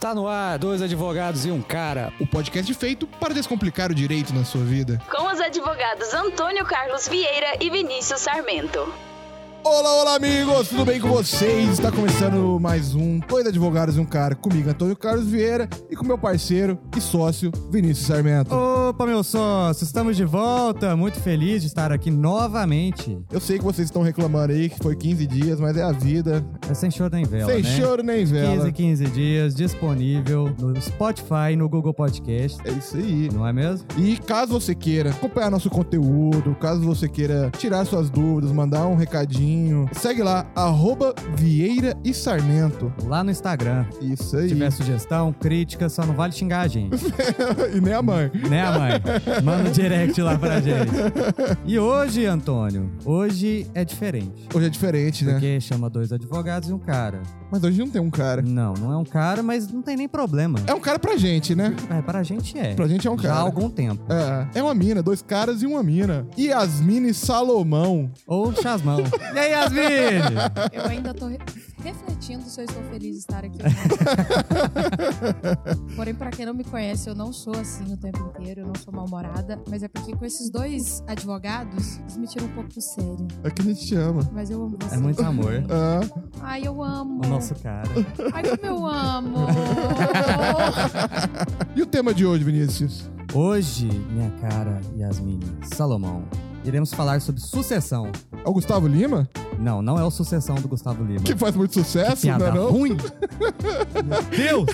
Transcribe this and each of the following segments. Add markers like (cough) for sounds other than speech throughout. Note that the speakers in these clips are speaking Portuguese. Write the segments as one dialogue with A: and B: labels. A: Tá no ar, dois advogados e um cara.
B: O podcast feito para descomplicar o direito na sua vida.
C: Com os advogados Antônio Carlos Vieira e Vinícius Sarmento.
B: Olá, olá, amigos! Tudo bem com vocês? Está começando mais um Dois Advogados e um Cara. Comigo, Antônio Carlos Vieira, e com meu parceiro e sócio, Vinícius Sarmento.
D: Opa, meu sócio, estamos de volta. Muito feliz de estar aqui novamente.
B: Eu sei que vocês estão reclamando aí que foi 15 dias, mas é a vida.
D: É sem choro nem vela,
B: sem
D: né?
B: choro nem vela.
D: 15, 15 dias, disponível no Spotify e no Google Podcast.
B: É isso aí.
D: Não é mesmo?
B: E caso você queira acompanhar nosso conteúdo, caso você queira tirar suas dúvidas, mandar um recadinho, segue lá, arroba Vieira e Sarmento.
D: Lá no Instagram.
B: Isso aí.
D: Se tiver sugestão, crítica, só não vale xingar a gente,
B: (laughs) e nem a mãe.
D: né,
B: (laughs)
D: mãe? Manda um direct lá pra gente. E hoje, Antônio, hoje é diferente.
B: Hoje é diferente, né?
D: Porque chama dois advogados e um cara.
B: Mas hoje não tem um cara.
D: Não, não é um cara, mas não tem nem problema.
B: É um cara pra gente, né?
D: É, pra gente é.
B: Pra gente é um
D: Já há
B: cara.
D: algum tempo.
B: É, é uma mina, dois caras e uma mina. Yasmine Salomão.
D: Ou
B: (laughs)
D: chasmão. e aí, Yasmin?
E: Eu ainda tô re- refletindo se eu estou feliz de
D: (laughs)
E: estar aqui ou não. Porém, pra quem não me conhece, eu não sou assim o tempo inteiro, eu não sou mal-humorada. Mas é porque com esses dois advogados, eles me tiram um pouco do sério.
B: É que a gente chama.
E: Mas eu amo você.
D: É muito amor.
B: Ah,
E: Ai, eu amo.
D: O nosso cara.
E: Ai, como eu amo.
B: E o tema de hoje, Vinícius?
D: Hoje, minha cara Yasmin Salomão, iremos falar sobre sucessão.
B: É o Gustavo Lima?
D: Não, não é o sucessão do Gustavo Lima.
B: Que faz muito sucesso, não
D: piada
B: é não? (laughs)
D: ruim. Meu Deus!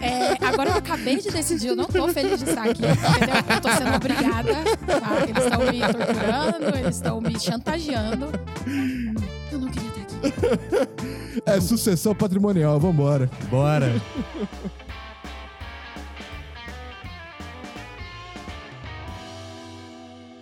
E: É, agora eu acabei de decidir, eu não tô feliz de estar aqui, entendeu? Eu tô sendo obrigada, tá? Eles estão me torturando, eles estão me chantageando. Eu não queria estar aqui.
B: É sucessão patrimonial, vambora.
D: Bora.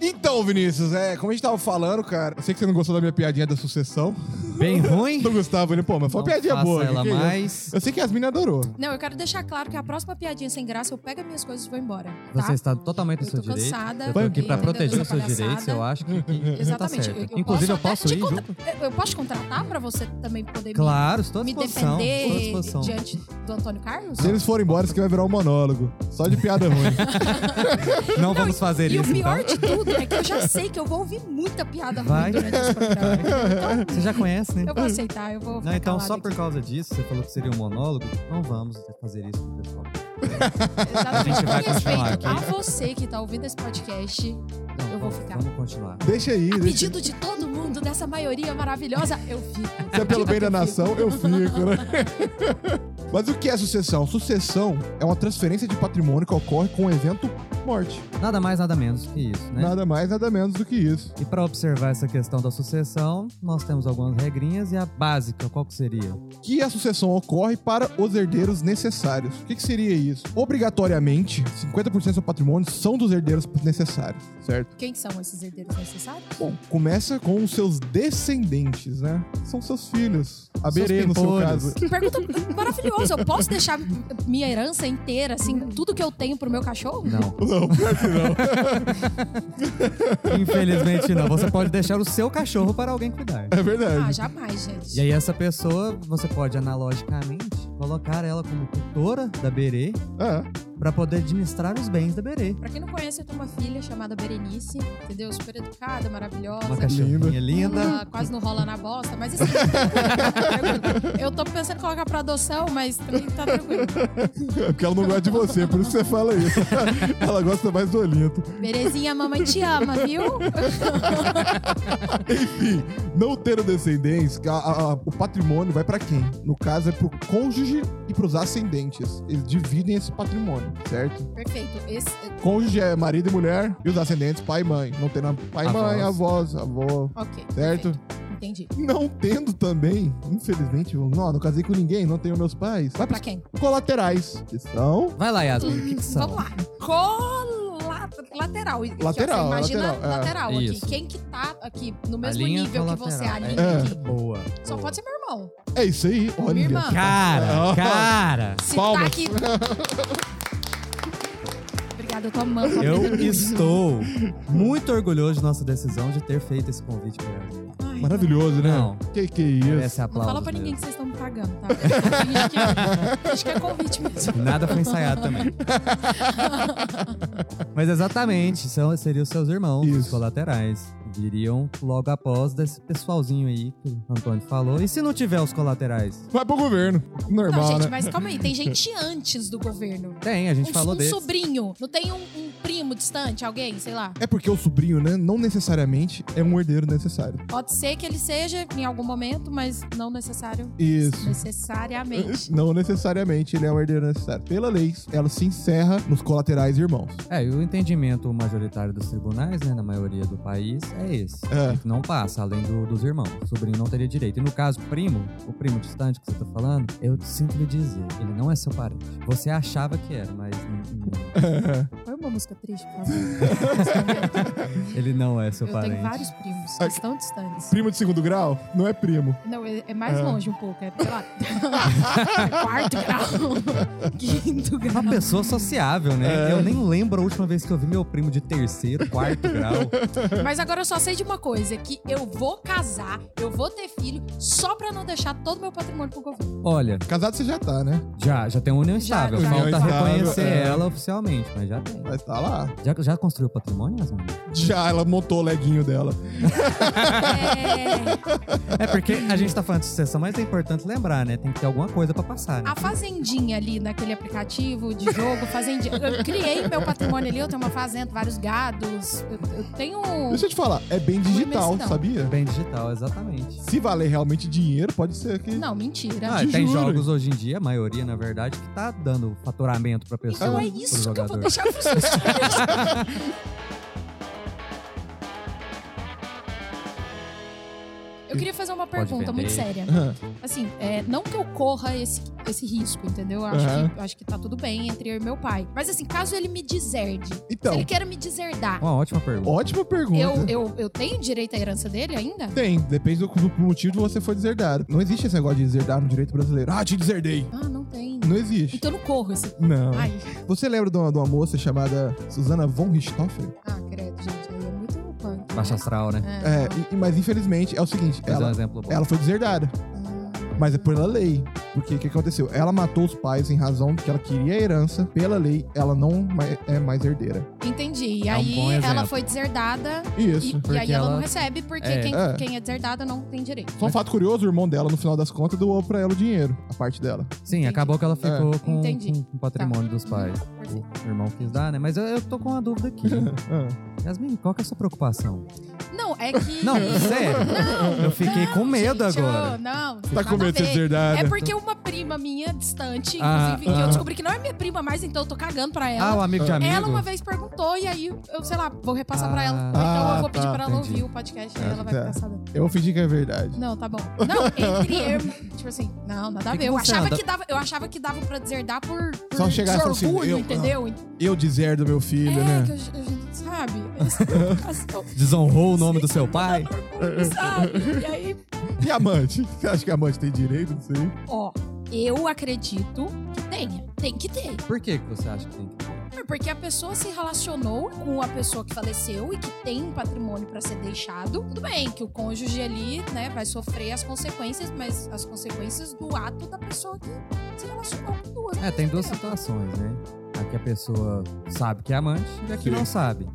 B: Então, Vinícius, é, como a gente tava falando, cara, eu sei que você não gostou da minha piadinha da sucessão (laughs)
D: Bem ruim?
B: do Gustavo Lima. Pô, mas foi uma
D: Não
B: piadinha
D: faça
B: boa. que
D: ela
B: que é isso?
D: mais.
B: Eu sei que a Yasmine adorou.
E: Não, eu quero deixar claro que a próxima piadinha sem graça, eu pego as minhas coisas e vou embora. Tá?
D: Você está totalmente no
E: Eu
D: seu
E: tô
D: direito.
E: cansada,
D: eu tô aqui pra
E: eu tô
D: proteger
E: entendendo
D: os seus
E: essa
D: direitos, eu
E: palhaçada.
D: acho que, que que
E: Exatamente.
D: tá certo.
E: Eu- eu
D: Inclusive, eu
E: posso até
D: posso
E: te
D: ir
E: contra-
D: junto?
E: Eu- Eu posso te contratar pra você também poder me-
D: Claro, estou à
E: me,
D: disposição. Estou à
E: defender
D: disposição.
E: diante do Antônio Carlos?
B: Se eles forem embora, isso aqui vai virar um monólogo. Só de piada
D: (laughs)
B: ruim.
D: Não vamos fazer
E: E o
D: isso,
E: pior
D: então.
E: de tudo é que eu já sei que eu vou ouvir muita piada
D: Vai.
E: ruim durante esse programa. Então,
D: Você já conhece, né?
E: eu vou aceitar, eu vou
D: Não,
E: ficar
D: então,
E: calada
D: só por
E: aqui.
D: causa disso, você falou que seria um monólogo, não vamos fazer isso com o pessoal.
E: Exatamente.
D: A gente vai
E: Com respeito
D: continuar aqui.
E: a você que tá ouvindo esse podcast,
D: Não,
E: Eu vou
D: Então, vamos-
E: ficar.
D: Vamos continuar.
B: Deixa aí,
E: a
B: deixa.
E: pedido de todo mundo, dessa maioria maravilhosa, eu fico.
B: Se é pelo bem da
E: Eu fico.
B: nação, eu fico, né? (laughs) Mas o que é sucessão? Sucessão é uma transferência de patrimônio que ocorre com o evento morte.
D: Nada mais, nada menos que isso, né?
B: Nada mais, nada menos do que isso.
D: E para observar essa questão da sucessão, nós temos algumas regrinhas e a básica, qual que seria?
B: Que a sucessão ocorre para os herdeiros necessários. O que, que seria isso? Obrigatoriamente, 50% do seu patrimônio são dos herdeiros necessários, certo?
E: Quem são esses herdeiros necessários?
B: Bom, começa com os seus descendentes, né? São seus filhos. A
D: Seus
B: Berê, no seu
D: pimpolhos.
B: caso.
E: Que pergunta maravilhosa. Eu posso deixar minha herança inteira, assim, tudo que eu tenho pro meu cachorro?
D: (laughs) Não. (laughs) Infelizmente não. Você pode deixar o seu cachorro para alguém cuidar.
B: É verdade.
E: Ah, jamais, gente.
D: E aí essa pessoa, você pode analogicamente colocar ela como tutora da Berê
B: É.
D: para poder administrar os bens da Berê.
E: Pra quem não conhece, eu tenho uma filha chamada Berenice, entendeu? Super educada, maravilhosa.
D: Uma cachorrinha
B: né?
D: linda.
E: Ela quase não rola na bosta, mas assim, (laughs) eu tô pensando em colocar pra adoção, mas também tá tranquilo.
B: É porque ela não gosta de você, por isso que você fala isso. (laughs) ela gosta mais do Olinto.
E: Berezinha, mamãe te ama, viu?
B: Enfim, não tendo descendência, a- a- a- o patrimônio vai pra quem? No caso, é pro cônjuge e pros ascendentes. Eles dividem esse patrimônio, certo?
E: Perfeito. Esse,
B: Cônjuge é marido e mulher, e os ascendentes, pai e mãe. Não tendo a- pai e mãe, avós, avô.
E: ok.
B: Certo?
E: perfeito. Entendi.
B: Não tendo também, infelizmente, eu- não, não casei com ninguém, não tenho meus pais. Vai
E: Pra
B: pros
E: quem?
B: colaterais, que são
D: Vai lá, Yasmin, o que, que são?
E: Hum, Vamos lá. Colata- lateral. Aqui, ó,
B: Lateral,
E: você imagina
B: lateral,
E: lateral,
B: é.
E: aqui.
D: Isso.
E: Quem que tá aqui no
D: A
E: mesmo
D: linha
E: nível que
D: colateral.
E: você, a linha
B: É.
E: aqui.
D: Boa.
E: Só
D: boa.
E: pode ser meu irmão.
B: É isso aí, olha.
E: Minha irmã.
D: Cara,
B: Ah.
D: cara.
E: Se
B: Palmas.
E: tá
B: (laughs)
E: aqui. Obrigada, eu tô amando.
D: (laughs) Eu estou muito orgulhoso de nossa decisão de ter feito esse convite para
E: Ai,
B: Maravilhoso, né?
D: Não.
B: Que que é isso?
D: Essa
E: Não
D: aplauso.
E: fala pra ninguém que
D: mesmo.
E: vocês estão me pagando, tá? Finge que, é, finge que é
B: (laughs)
E: convite mesmo.
D: Nada foi ensaiado
E: (laughs)
D: também. Mas exatamente, são, seriam seus irmãos,
B: Isso.
D: os colaterais. Viriam logo após desse pessoalzinho aí que o Antônio falou. E se não tiver os colaterais?
B: Vai pro governo. Normal,
E: Não, gente,
B: né?
E: mas
B: (laughs)
E: calma aí, tem gente antes do governo.
D: Tem, a gente
E: um,
D: falou
E: um
D: desse.
E: sobrinho. Não tem um, um primo distante, alguém, sei lá.
B: É porque o sobrinho, né, não necessariamente é um herdeiro necessário.
E: Pode ser que ele seja em algum momento, mas não necessário.
B: Isso.
E: Necessariamente.
B: Não necessariamente ele é um herdeiro necessário. Pela lei, ela se encerra nos colaterais irmãos.
D: É, e o entendimento majoritário dos tribunais, né, na maioria do país, é esse.
B: É. (laughs)
D: Que Não passa, além do- dos irmãos. O sobrinho não teria direito. E no caso, primo, o primo distante que você tá falando, eu sinto lhe dizer, ele não é seu parente. Você achava que era, mas n- n-
E: Foi uma música triste, por
D: (laughs)
E: favor.
D: ele não é seu
E: Eu
D: parente.
E: tenho vários primos que
B: Ah,
E: estão distantes.
B: Primo de segundo grau não é primo.
E: Não, é é mais
B: Ah.
E: longe um pouco. É, sei lá, é (laughs) quarto grau, (laughs) quinto grau.
D: É Uma pessoa sociável, né? Eu nem lembro a última vez que eu vi meu primo de terceiro, quarto grau.
E: Mas agora eu só sei de uma coisa, é que eu vou casar, eu vou ter filho, só pra não deixar todo o meu patrimônio pro governo.
D: Olha,
B: Casado você já tá, né?
D: já, já tem uma união estável.
E: já.
D: Falta
B: União estável,
D: reconhecer
B: é.
D: ela oficialmente, mas já tem.
B: Mas tá lá.
D: Já, já construiu patrimônio, Yasmin?
B: Já, ela montou o leguinho dela.
E: É,
D: É porque a gente tá falando de sucessão, mas é importante lembrar, né? Tem que ter alguma coisa pra passar, né?
E: a fazendinha ali naquele aplicativo de jogo, fazendinha. Eu criei meu patrimônio ali, eu tenho uma fazenda, vários gados. Eu, eu tenho. um-
B: Deixa eu te falar, é bem digital,
E: imensidão.
B: sabia?
D: Bem digital, exatamente.
B: Se valer realmente dinheiro, pode ser que.
E: Não, mentira.
D: Ah,
B: Te
D: tem
B: juro.
D: jogos hoje em dia, a maioria, na verdade, que tá dando faturamento pra pessoa.
E: Então é
D: pro
E: isso que eu vou
D: jogador.
E: deixar pros seus filhos.
D: (laughs)
E: Eu queria fazer uma pergunta
D: vender.
E: muito séria.
B: Ah,
E: Assim, é, não que eu corra esse, esse risco, entendeu? Eu acho,
B: Aham.
E: que, acho que tá tudo bem entre eu e meu pai. Mas assim, caso ele me deserde, se
B: Então,
E: ele queira me deserdar,
D: Uma ótima pergunta.
B: ótima pergunta.
E: eu, eu, eu tenho direito à herança dele ainda?
B: Tem, depende do, do motivo de você for deserdado. Não existe esse negócio de deserdar no direito brasileiro. Ah, te deserdei.
E: Ah, não tem.
B: Não existe.
E: Então eu não corro esse.
B: Não.
E: Ai,
B: Você lembra de uma, de uma moça chamada Susana von Richthofen?
E: ah, credo, gente. Aí é muito punk.
D: Baixa astral, né?
E: né?
B: É, e- e- mas infelizmente é o seguinte:
D: Mas é um
B: ela,
D: exemplo bom.
B: ela foi deserdada. Mas é pela lei. Porque o que aconteceu? Ela matou os pais em razão de que ela queria a herança. Pela lei, ela não mai- é mais herdeira.
E: Entendi. E
D: É um
E: aí
D: bom exemplo.
E: ela foi deserdada
B: Isso.
E: e, e aí
D: porque
E: ela, não
D: ela-
E: recebe, porque
D: É.
E: quem,
B: É.
E: quem é deserdada não tem direito.
B: Só um fato curioso, o irmão dela, no final das contas, doou pra ela o dinheiro, a parte dela.
D: Sim,
E: Entendi.
D: acabou que ela ficou
B: É.
D: com,
E: Entendi. Tá. Uhum.
D: com- com o patrimônio dos pais.
E: Perfeito.
D: O irmão quis dar, né? Mas eu, eu tô com uma dúvida aqui.
B: (laughs) Ah,
D: Yasmin, qual que é a sua preocupação?
E: Não, é que.
D: Não, sério.
E: Não,
D: Eu fiquei
E: não,
D: com medo
E: gente,
D: agora.
E: ô, não,
B: tá
E: nada
B: com medo de ser
E: a ver.
B: deserdada.
E: É porque uma prima minha, distante,
D: Ah,
E: inclusive, que
B: ah.
E: eu descobri que não é minha prima mais, então eu tô cagando pra
D: ah,
E: ela.
D: o amigo de amigo?
E: ela uma vez perguntou, e aí eu, sei lá, vou repassar pra ela.
D: Ah,
E: Ou então eu vou
B: tá,
E: pedir pra ela
D: entendi.
E: ouvir o podcast, aí ela vai
B: tá.
E: ficar sabendo.
B: Eu vou fingir que é verdade.
E: Não, tá bom. Não, entre eu. Tipo assim, não, nada a
D: Que
E: ver.
D: que
E: Eu
D: você
E: achava
D: anda-
E: que dava, eu achava que dava pra deserdar por, por
B: Só chegar e falar assim,
E: orgulho,
B: eu-
E: entendeu?
B: Eu deserdo meu filho,
E: é, que
B: né?
E: eu, eu, sabe? Eu-
D: Desonrou o nome do seu pai?
E: orgulho, sabe? E aí,
B: E amante? (laughs) Você acha que amante tem direito? Não sei.
E: Ó, eu acredito que tenha. Tem que ter.
D: Por que que você acha que tem que
E: É Porque a pessoa se relacionou com a pessoa que faleceu e que tem um patrimônio pra ser deixado. Tudo bem que o cônjuge ali, né, vai sofrer as consequências, mas as consequências do ato da pessoa que se relacionou com duas. né?
D: É, tem duas situações, né? A que a pessoa sabe que é amante e a que
B: Sim.
D: não sabe.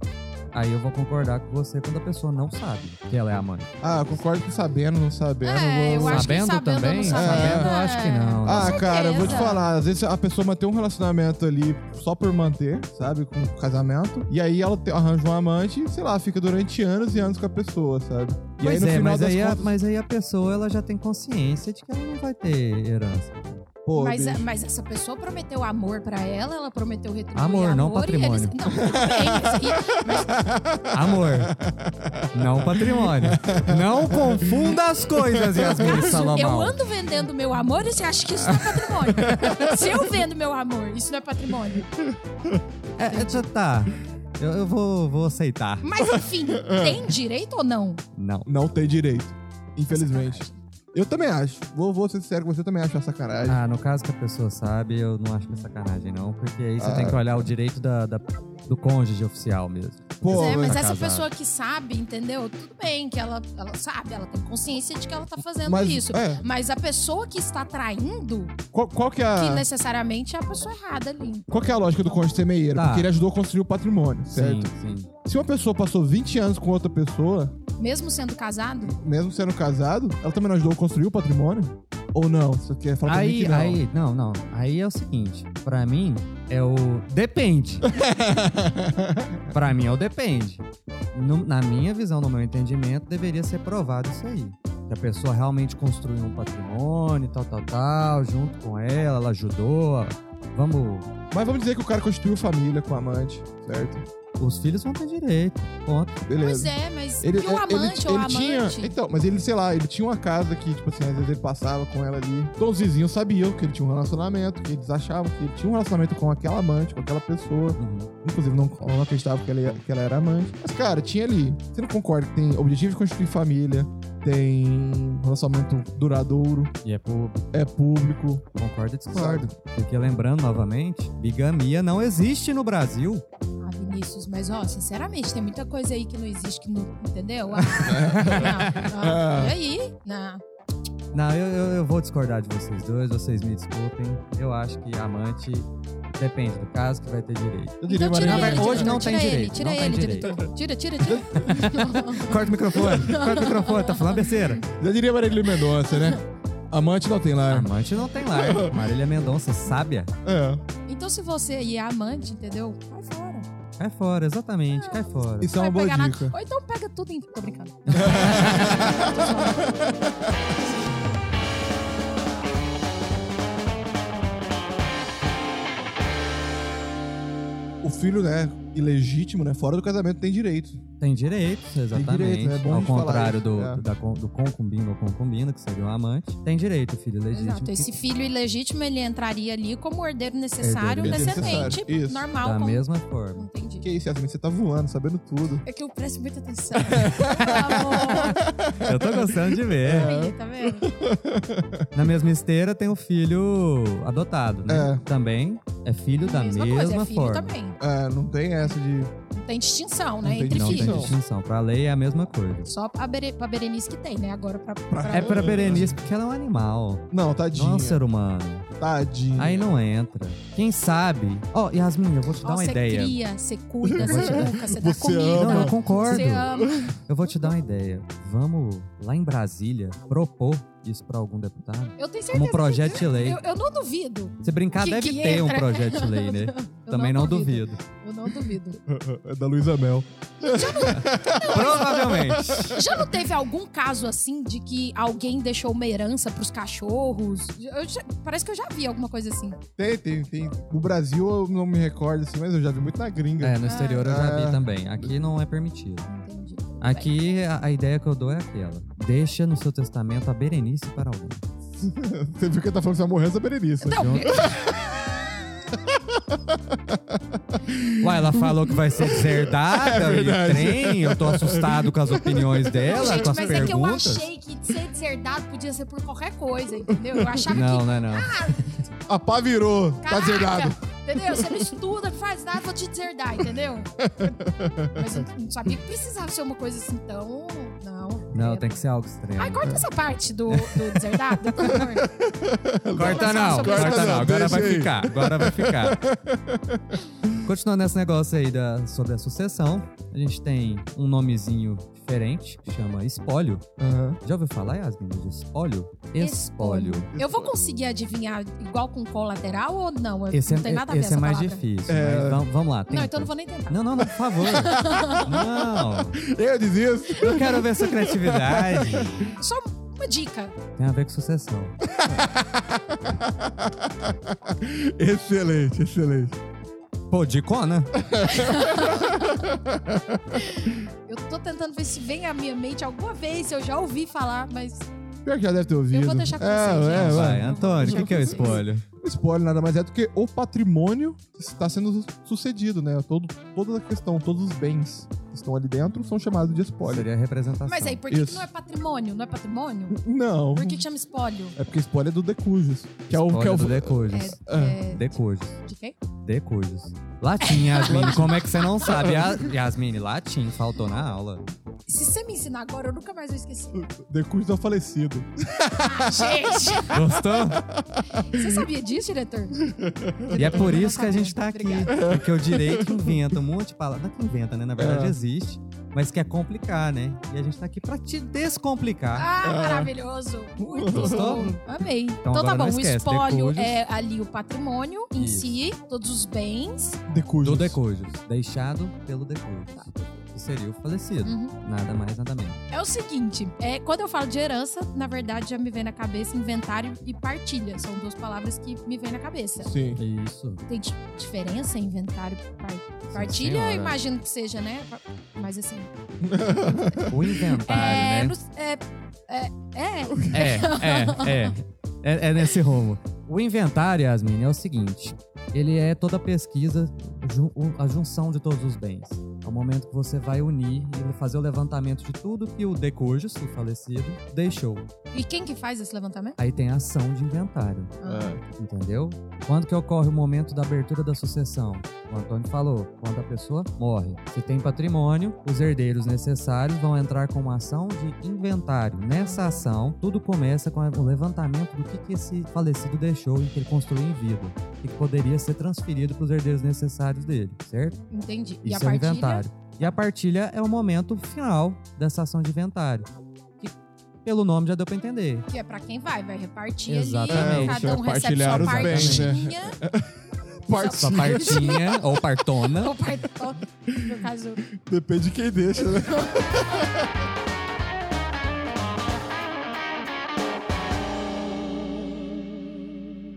D: Aí eu vou concordar com você quando a pessoa não sabe que ela é amante.
B: Ah, eu concordo com sabendo, não sabendo.
E: É,
B: vou-
E: eu acho que
D: sabendo
E: sabendo ou não
D: também?
E: sabendo,
D: sabendo, eu acho que não.
B: Ah,
E: Com
B: cara, eu vou te
E: certeza.
B: falar. Às vezes a pessoa mantém um relacionamento ali só por manter, sabe? Com o casamento. E aí ela te- arranja um amante e, sei lá, fica durante anos e anos com a pessoa, sabe? E aí
D: pois
B: no
D: é,
B: final
D: mas
B: das
D: aí, a,
B: contas,
D: mas aí a pessoa ela já tem consciência de que ela não vai ter herança.
B: pô,
E: Mas,
B: bicho.
E: mas essa pessoa prometeu amor pra ela, ela prometeu retribuir
D: Amor, não
E: e eles-
D: patrimônio.
E: Não, tudo
B: (laughs)
E: bem, mas- e-
D: Amor, não patrimônio. Não confunda as coisas, Yasmin
E: ah, Eu é
D: Salomão.
E: ando vendendo meu amor e você acha que isso não é
B: (laughs)
E: patrimônio. Se eu vendo meu amor, isso não é patrimônio.
D: É, é, tá, tá. Eu, eu vou, vou aceitar.
E: Mas enfim, tem direito ou não?
D: Não.
B: Não tem direito. Infelizmente. Eu também acho. Vou, vou ser sincero com você, eu também acho uma sacanagem.
D: Ah, no caso que a pessoa sabe, eu não acho que é sacanagem, não. Porque aí você
B: Ah.
D: tem que olhar o direito da, da do cônjuge oficial mesmo.
B: Pô,
E: Pois é, mas
D: tá
E: essa
D: casado.
E: pessoa que sabe, entendeu? Tudo bem que ela, ela sabe, ela tem consciência de que ela tá fazendo
B: Mas,
E: isso.
B: é.
E: Mas a pessoa que está traindo,
B: Qual, qual que é a...
E: que necessariamente é a pessoa errada ali.
B: Qual que é a lógica do cônjuge ser meieiro?
D: Tá.
B: Porque ele ajudou a construir o patrimônio, certo?
D: Sim, sim.
B: Se uma pessoa passou 20 anos com outra pessoa,
E: Mesmo sendo casado,
B: mesmo sendo casado, ela também não ajudou a construir o patrimônio? Ou não? é Você quer falar pra mim
D: Aí,
B: que não?
D: aí, não, não. Aí é o seguinte, pra mim é o
B: (laughs)
D: depende. pra mim é o depende. No- na minha visão, no meu entendimento, deveria ser provado isso aí. Que a pessoa realmente construiu um patrimônio, tal, tal, tal, junto com ela, ela ajudou. Vamos,
B: Mas vamos dizer que o cara constituiu família com a amante, certo?
D: os filhos vão ter direito. Ponto.
E: pois
B: Beleza.
E: é, mas
B: Ele,
E: e o
B: ele-
E: amante ou
B: ele
E: a amante?
B: tinha. Então, mas ele, sei lá, ele tinha uma casa que, tipo assim, às vezes ele passava com ela ali. Então os vizinhos sabiam que ele tinha um relacionamento, que eles achavam que ele tinha um relacionamento com aquela amante, com aquela pessoa.
D: Uhum.
B: Inclusive, não, não acreditava que ela, que ela era amante. Mas, cara, tinha ali. Você não concorda que tem objetivo de constituir família, tem relacionamento duradouro,
D: E é público.
B: é público.
D: Concordo e discordo. Porque lembrando novamente, bigamia não existe no Brasil.
E: Ah, Vinícius, mas ó, sinceramente, tem muita coisa aí que não existe, que não, entendeu? Ah, não, não. E aí? Não.
D: Ah. Não, eu, eu, eu vou discordar de vocês dois, vocês me desculpem. Eu acho que amante depende do caso que vai ter direito.
B: Eu diria,
E: Então tira
D: Não,
E: ele,
D: vai-
E: diretor,
D: hoje não
E: tira
D: tem
E: ele,
D: direito,
E: Tira
D: não tem
E: ele,
D: direito.
E: diretor. Tira, tira, tira.
D: Corta o (laughs) microfone, corta o microfone, tá falando besteira.
B: Eu diria Marília Mendonça, né? Amante não tem lá.
D: Amante Ah, não tem lar. Marília Mendonça, sábia.
B: É.
E: Então, se você aí é amante, entendeu? Vai fora.
D: Cai fora, exatamente, cai fora.
B: Isso é uma
E: vai
B: boa
E: pegar
B: dica.
E: Ou então pega tudo em. Tô brincando.
B: O filho, né, ilegítimo, né, fora do casamento, tem direito.
D: Tem direitos, exatamente.
B: direito, né? É bom a
D: Ao
B: gente falar
D: contrário
B: isso,
D: do,
B: é.
D: do, da con- do concubino ou concubina, que seria o amante, tem direito, filho legítimo.
E: Exato. Esse filho ilegítimo, ele entraria ali como herdeiro necessário,
D: É, Herdeiro
E: descendente,
B: necessário, isso.
E: normal.
D: da
E: como-
D: mesma forma.
E: Entendi.
B: Que isso, Yasmin, você tá voando, sabendo tudo.
E: É que eu presto
D: (laughs)
E: muita atenção. Tá
D: Eu tô gostando de ver.
E: bom. Aí, tá vendo?
D: Na mesma esteira tem o filho adotado, né?
B: É.
D: Também é filho da mesma,
E: coisa, é filho
D: forma.
E: também.
B: É, não tem essa de...
E: Não tem distinção,
B: Não
E: né?
B: tem
E: Entre
D: Não tem
E: filhos.
D: distinção. Pra lei é a mesma coisa.
E: Só pra, Bere, pra Berenice que tem, né? Agora pra. pra-
D: É pra Berenice porque ela é um animal.
B: Não, tadinha.
D: Não é um ser humano.
B: Tadinha.
D: Aí não entra. Quem sabe. Ó, Yasmin, eu vou te
E: Ó,
D: dar uma
E: você
D: ideia.
E: cria, você cuida,
D: Eu vou te
E: você
D: dar-
E: educa, você dá
B: Você
E: comida.
D: Não,
B: ama.
D: eu concordo.
E: Você ama.
D: Eu vou te dar uma ideia. Vamos lá em Brasília propor isso pra algum deputado.
E: Eu tenho certeza.
D: Como projeto de lei.
E: é? Eu, eu não duvido.
D: Se brincar,
E: que-
D: deve
E: que
D: ter um
E: entra.
D: projeto de lei, né?
E: (laughs) Eu
D: Também não duvido.
E: Eu não duvido.
B: (laughs) É da Luísa Mel.
D: Provavelmente.
E: (laughs) Já não teve algum caso assim de que alguém deixou uma herança pros cachorros? Eu já- parece que eu já vi alguma coisa assim.
B: Tem, tem, tem. No Brasil eu não me recordo assim, mas eu já vi muito na gringa.
D: É, no exterior eu já
B: Ah.
D: vi também. Aqui não é permitido.
E: Entendi.
D: Aqui a, a ideia que eu dou é aquela. Deixa no seu testamento a Berenice para alguém.
B: Você viu que ele tá falando que você vai morrer essa Berenice. né?
E: Não,
D: Uai, ela falou que vai ser
E: (laughs)
D: deserdada e trem. Eu tô assustado com as opiniões dela,
E: É gente,
D: com as
E: mas é
D: perguntas.
E: que eu achei que ser deserdado podia ser por qualquer coisa, entendeu? Eu achava
D: Não,
E: que.
D: não é não.
B: A pá virou. Tá
E: Caraca,
B: deserdado.
E: Entendeu? Você não estuda, não faz nada, vou te deserdar, entendeu? Mas eu não sabia que precisava ser uma coisa assim tão. Não.
D: Não, tem que ser algo extremo.
E: Ai, corta essa parte do, do deserdado, por favor.
D: Corta não,
E: Sobre
D: corta
B: isso.
D: não. Agora
B: Deixa
D: vai
B: aí.
D: ficar, agora vai
E: (laughs)
D: ficar. Continuando nesse negócio aí da, sobre a sucessão, a gente tem um nomezinho diferente, que chama espólio.
B: Aham.
D: Já ouviu falar, Yasmin, de espólio?
E: Espólio.
D: Espólio.
E: Eu vou conseguir adivinhar igual com colateral ou não? Eu-
D: Esse
E: não
D: é,
E: tem nada a ver
D: esse
E: essa
D: é mais
E: palavra.
D: difícil.
B: É.
D: mas vamos, vamos lá.
E: Não,
D: tenta.
E: então não vou nem tentar.
D: Não, não, não, por
E: (laughs)
D: favor. não.
B: Eu desisto. (laughs)
D: Eu quero ver sua criatividade.
E: Só uma dica.
D: Tem a ver com sucessão.
B: excelente, excelente.
D: Pô, né? dicona?
E: Eu tô tentando ver se vem à minha mente alguma vez, se eu já ouvi falar, mas
D: Tá
B: Pior que já deve ter ouvido.
E: Eu vou deixar com
B: é,
E: vocês,
B: É,
E: gente.
D: Vai,
B: vai.
D: Antônio, o que, que é o espólio?
B: Spoiler nada mais é do que o patrimônio está sendo sucedido, né? Todo, toda a questão, todos os bens que estão ali dentro são chamados de spoiler.
D: Seria a representação.
E: Mas aí, por que, que
B: Isso.
E: não é patrimônio? Não é patrimônio?
B: Não.
E: Por que, que chama espólio?
B: É porque spoiler é do Decujos. Que é o. Que é
D: Espólio
B: o
D: do Decujus.
E: É, é,
D: Decujus.
E: de quem?
D: de coisas. Latim, Yasmin. Como é que você não sabe? Ya- Yasmin, latim faltou na aula.
E: Se você me ensinar agora, eu nunca mais vou esquecer.
B: Decus do falecido.
E: Gente,
D: Gostou?
E: (laughs) você sabia disso, diretor?
D: E é por isso que a gente tá aqui.
E: Obrigada.
D: Porque o direito inventa um monte de palavras. Não é que inventa, né? Na verdade existe. Mas quer complicar, né? E a gente tá aqui pra te descomplicar.
E: Ah, maravilhoso. Muito
D: Gostou?
E: bom. Amei. Então,
D: agora
E: tá
D: não
E: bom,
D: esquece,
E: o espólio
D: decujos.
E: é ali o patrimônio em
D: Isso.
E: si, todos os bens.
B: Decus.
D: Do Decujos. Deixado pelo Decujos. Que seria o falecido.
E: Uhum.
D: Nada mais, nada menos.
E: É o seguinte, é, quando eu falo de herança, na verdade já me vem na cabeça inventário e partilha. São duas palavras que me vêm na cabeça.
B: Sim.
D: Isso.
E: Tem di- diferença em inventário e par- partilha?
D: senhora.
E: Eu imagino que seja, né? Mas assim.
D: O inventário, né?
E: é, no- é, é, é.
D: É, é, é. É, é nesse rumo. O inventário, Yasmin, é o seguinte: ele é toda a pesquisa, ju- o- a junção de todos os bens. É o momento que você vai unir e fazer o levantamento de tudo que o Decujus, o falecido, deixou.
E: E quem que faz esse levantamento?
D: Aí tem a ação de inventário, Ah.
B: É.
D: entendeu? Quando que ocorre o momento da abertura da sucessão? O Antônio falou, quando a pessoa morre. Se tem patrimônio, os herdeiros necessários vão entrar com uma ação de inventário. Nessa ação, tudo começa com o levantamento do que, que esse falecido deixou e que ele construiu em vida. E que poderia ser transferido para os herdeiros necessários dele, certo?
E: Entendi. e a
D: Isso é o
E: partilha?
D: inventário. E a partilha é o momento final dessa ação de inventário. Que, pelo nome, já deu para entender.
E: Que é pra quem vai, vai repartir ali,
D: Exatamente.
E: cada um
B: Vai
E: recebe
B: partilhar
E: sua
B: os bens, né?
E: partinha.
B: (laughs)
D: Sua
B: Partilha.
D: partinha ou partona.
E: Ou partó, no caso.
B: Depende de quem deixa, né? (laughs)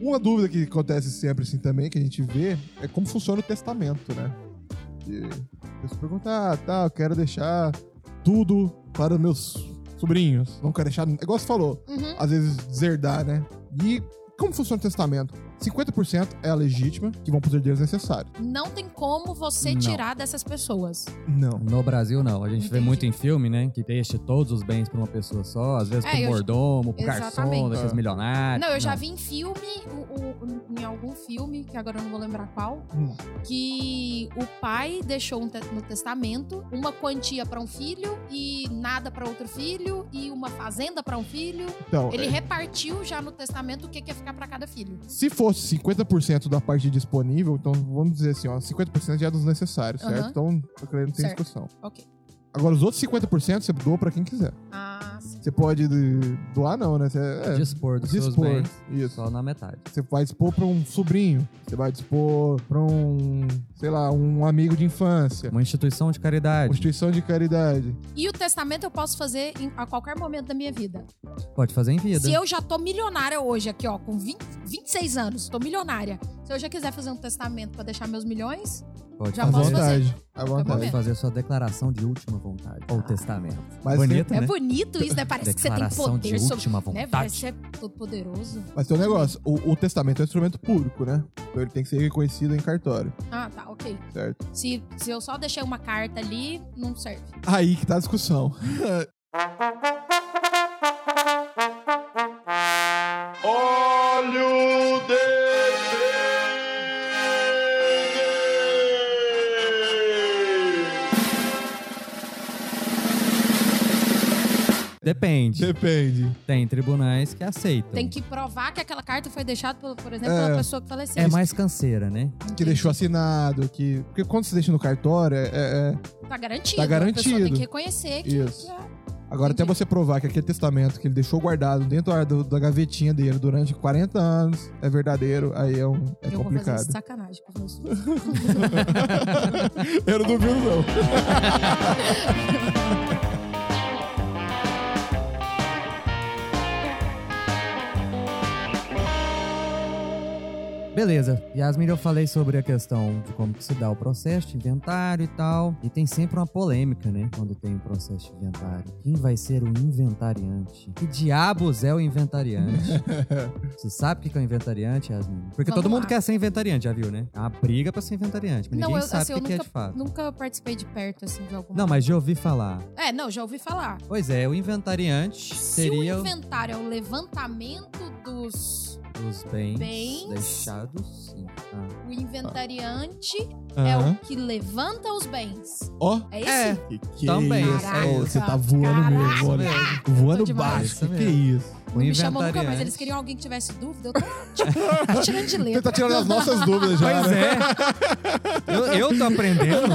B: Uma dúvida que acontece sempre assim também, que a gente vê, é como funciona o testamento, né? E a pessoa pergunta, ah, tá, eu quero deixar tudo para os meus sobrinhos. Não quero deixar. É igual você falou,
E: Uhum.
B: às vezes deserdar, né? E como funciona o testamento? 50% é a legítima, que vão para os herdeiros necessários.
E: Não tem como você
D: Não.
E: tirar dessas pessoas.
B: Não.
D: No Brasil, não. A gente vê
E: Entendi.
D: muito em filme, né? Que deixa todos os bens pra uma pessoa só. Às vezes
E: É,
D: pro
E: eu-
D: mordomo, pro garçom,
E: Exatamente.
D: desses
B: É.
D: milionários.
E: Não, eu já vi em filme, o- o- em algum filme, que agora eu não vou lembrar qual,
B: Hum.
E: que o pai deixou um te- no testamento uma quantia pra um filho e nada pra outro filho e uma fazenda pra um filho.
B: Então,
E: Ele
B: é-
E: repartiu já no testamento o que que ia ficar pra cada filho.
B: Se fosse 50% da parte disponível, então vamos dizer assim, ó, 50% já é dos necessários, certo?
E: Aham.
B: Então, eu creio que não tem
E: Certo.
B: discussão.
E: Ok.
B: Agora, os outros 50% você doa pra quem quiser.
E: Ah, sim.
B: Você pode de- doar, não, né? Você, é,
D: Dispor dos seus
B: dispor.
D: bens.
B: Isso.
D: Só na metade.
B: Você vai dispor pra um sobrinho, você vai dispor pra um, sei lá, um amigo de infância,
D: Uma instituição de caridade.
B: instituição de caridade.
E: E o testamento eu posso fazer em- a qualquer momento da minha vida.
D: Pode fazer em vida.
E: Se eu já tô milionária hoje aqui, ó, com 20, 26 anos, tô milionária. Se eu já quiser fazer um testamento pra deixar meus milhões,
D: Pode
E: já
B: À
D: fazer.
E: posso fazer.
B: vontade. À
D: Pode
B: vontade.
E: momento.
D: fazer sua declaração de última vontade. Ou testamento.
B: Mas
D: Bonito,
E: é
D: né?
E: bonito isso, né? Parece que você tem
D: Declaração de
E: poder sobre
D: última
E: Né?
D: vontade.
E: Parece ser todo poderoso.
B: Mas tem um negócio, o, o testamento é um instrumento público, né? Então ele tem que ser reconhecido em cartório,
E: Ah, tá, ok.
B: certo?
E: Se, se eu só deixei uma carta ali, não serve.
D: Então.
B: Aí que tá a discussão. (laughs)
F: Olho de
D: Depende.
B: Depende.
D: Tem tribunais que aceitam.
E: Tem que provar que aquela carta foi deixada, pelo, por exemplo,
B: É.
E: pela pessoa que faleceu.
D: É mais canseira, né?
B: que deixou assinado, que. Porque quando você deixa no cartório, é. é- é-
E: Tá garantido.
B: Tá
E: A pessoa tem
B: garantido.
E: que reconhecer que.
B: Isso.
E: Ah,
B: Agora, até
E: Entendi.
B: você provar que aquele testamento que ele deixou guardado dentro da, do- da gavetinha dele durante 40 anos é verdadeiro, aí é, um, é
E: eu vou fazer isso
B: complicado.
E: de sacanagem com os meus filhos.
B: Eu não duvido, não.
D: Beleza. Yasmin, eu falei sobre a questão de como que se dá o processo de inventário e tal. E tem sempre uma polêmica, né? Quando tem um processo de inventário. Quem vai ser o inventariante? Que diabos é o inventariante? Você sabe o que que é o inventariante, Yasmin? Porque
E: Vamos
D: todo mundo
E: lá.
D: quer ser inventariante, já viu, né? É uma briga pra ser inventariante. Mas
E: Não,
D: ninguém
E: eu-
D: sabe
E: assim,
D: o
E: eu
D: que, que é
E: nunca-
D: de fato.
E: Nunca participei de perto, assim, de alguma.
D: Não, mas já ouvi falar.
E: É, não, já ouvi falar.
D: Pois é, o inventariante
E: Se
D: seria.
E: o
D: o-
E: inventário é o levantamento dos
D: Os bens,
E: Bens.
D: deixados. Sim. Ah.
E: O inventariante é
B: Aham.
E: o que levanta os bens.
B: Ó,
E: É isso?
D: É.
B: que que
D: Também,
B: é isso?
D: caraca.
B: Ô, Você tá voando mesmo, olha. Voando
E: Tô demais.
B: baixo. Que, que é
D: Isso
B: isso?
D: O
E: Me chamou nunca mais.
D: inventariante.
E: Eles queriam alguém que tivesse dúvida. Eu tô tipo, tô tirando de
B: Você (laughs)
E: letra.
B: tá tirando as nossas dúvidas já,
D: Pois
B: né?
D: é. Eu, eu tô aprendendo.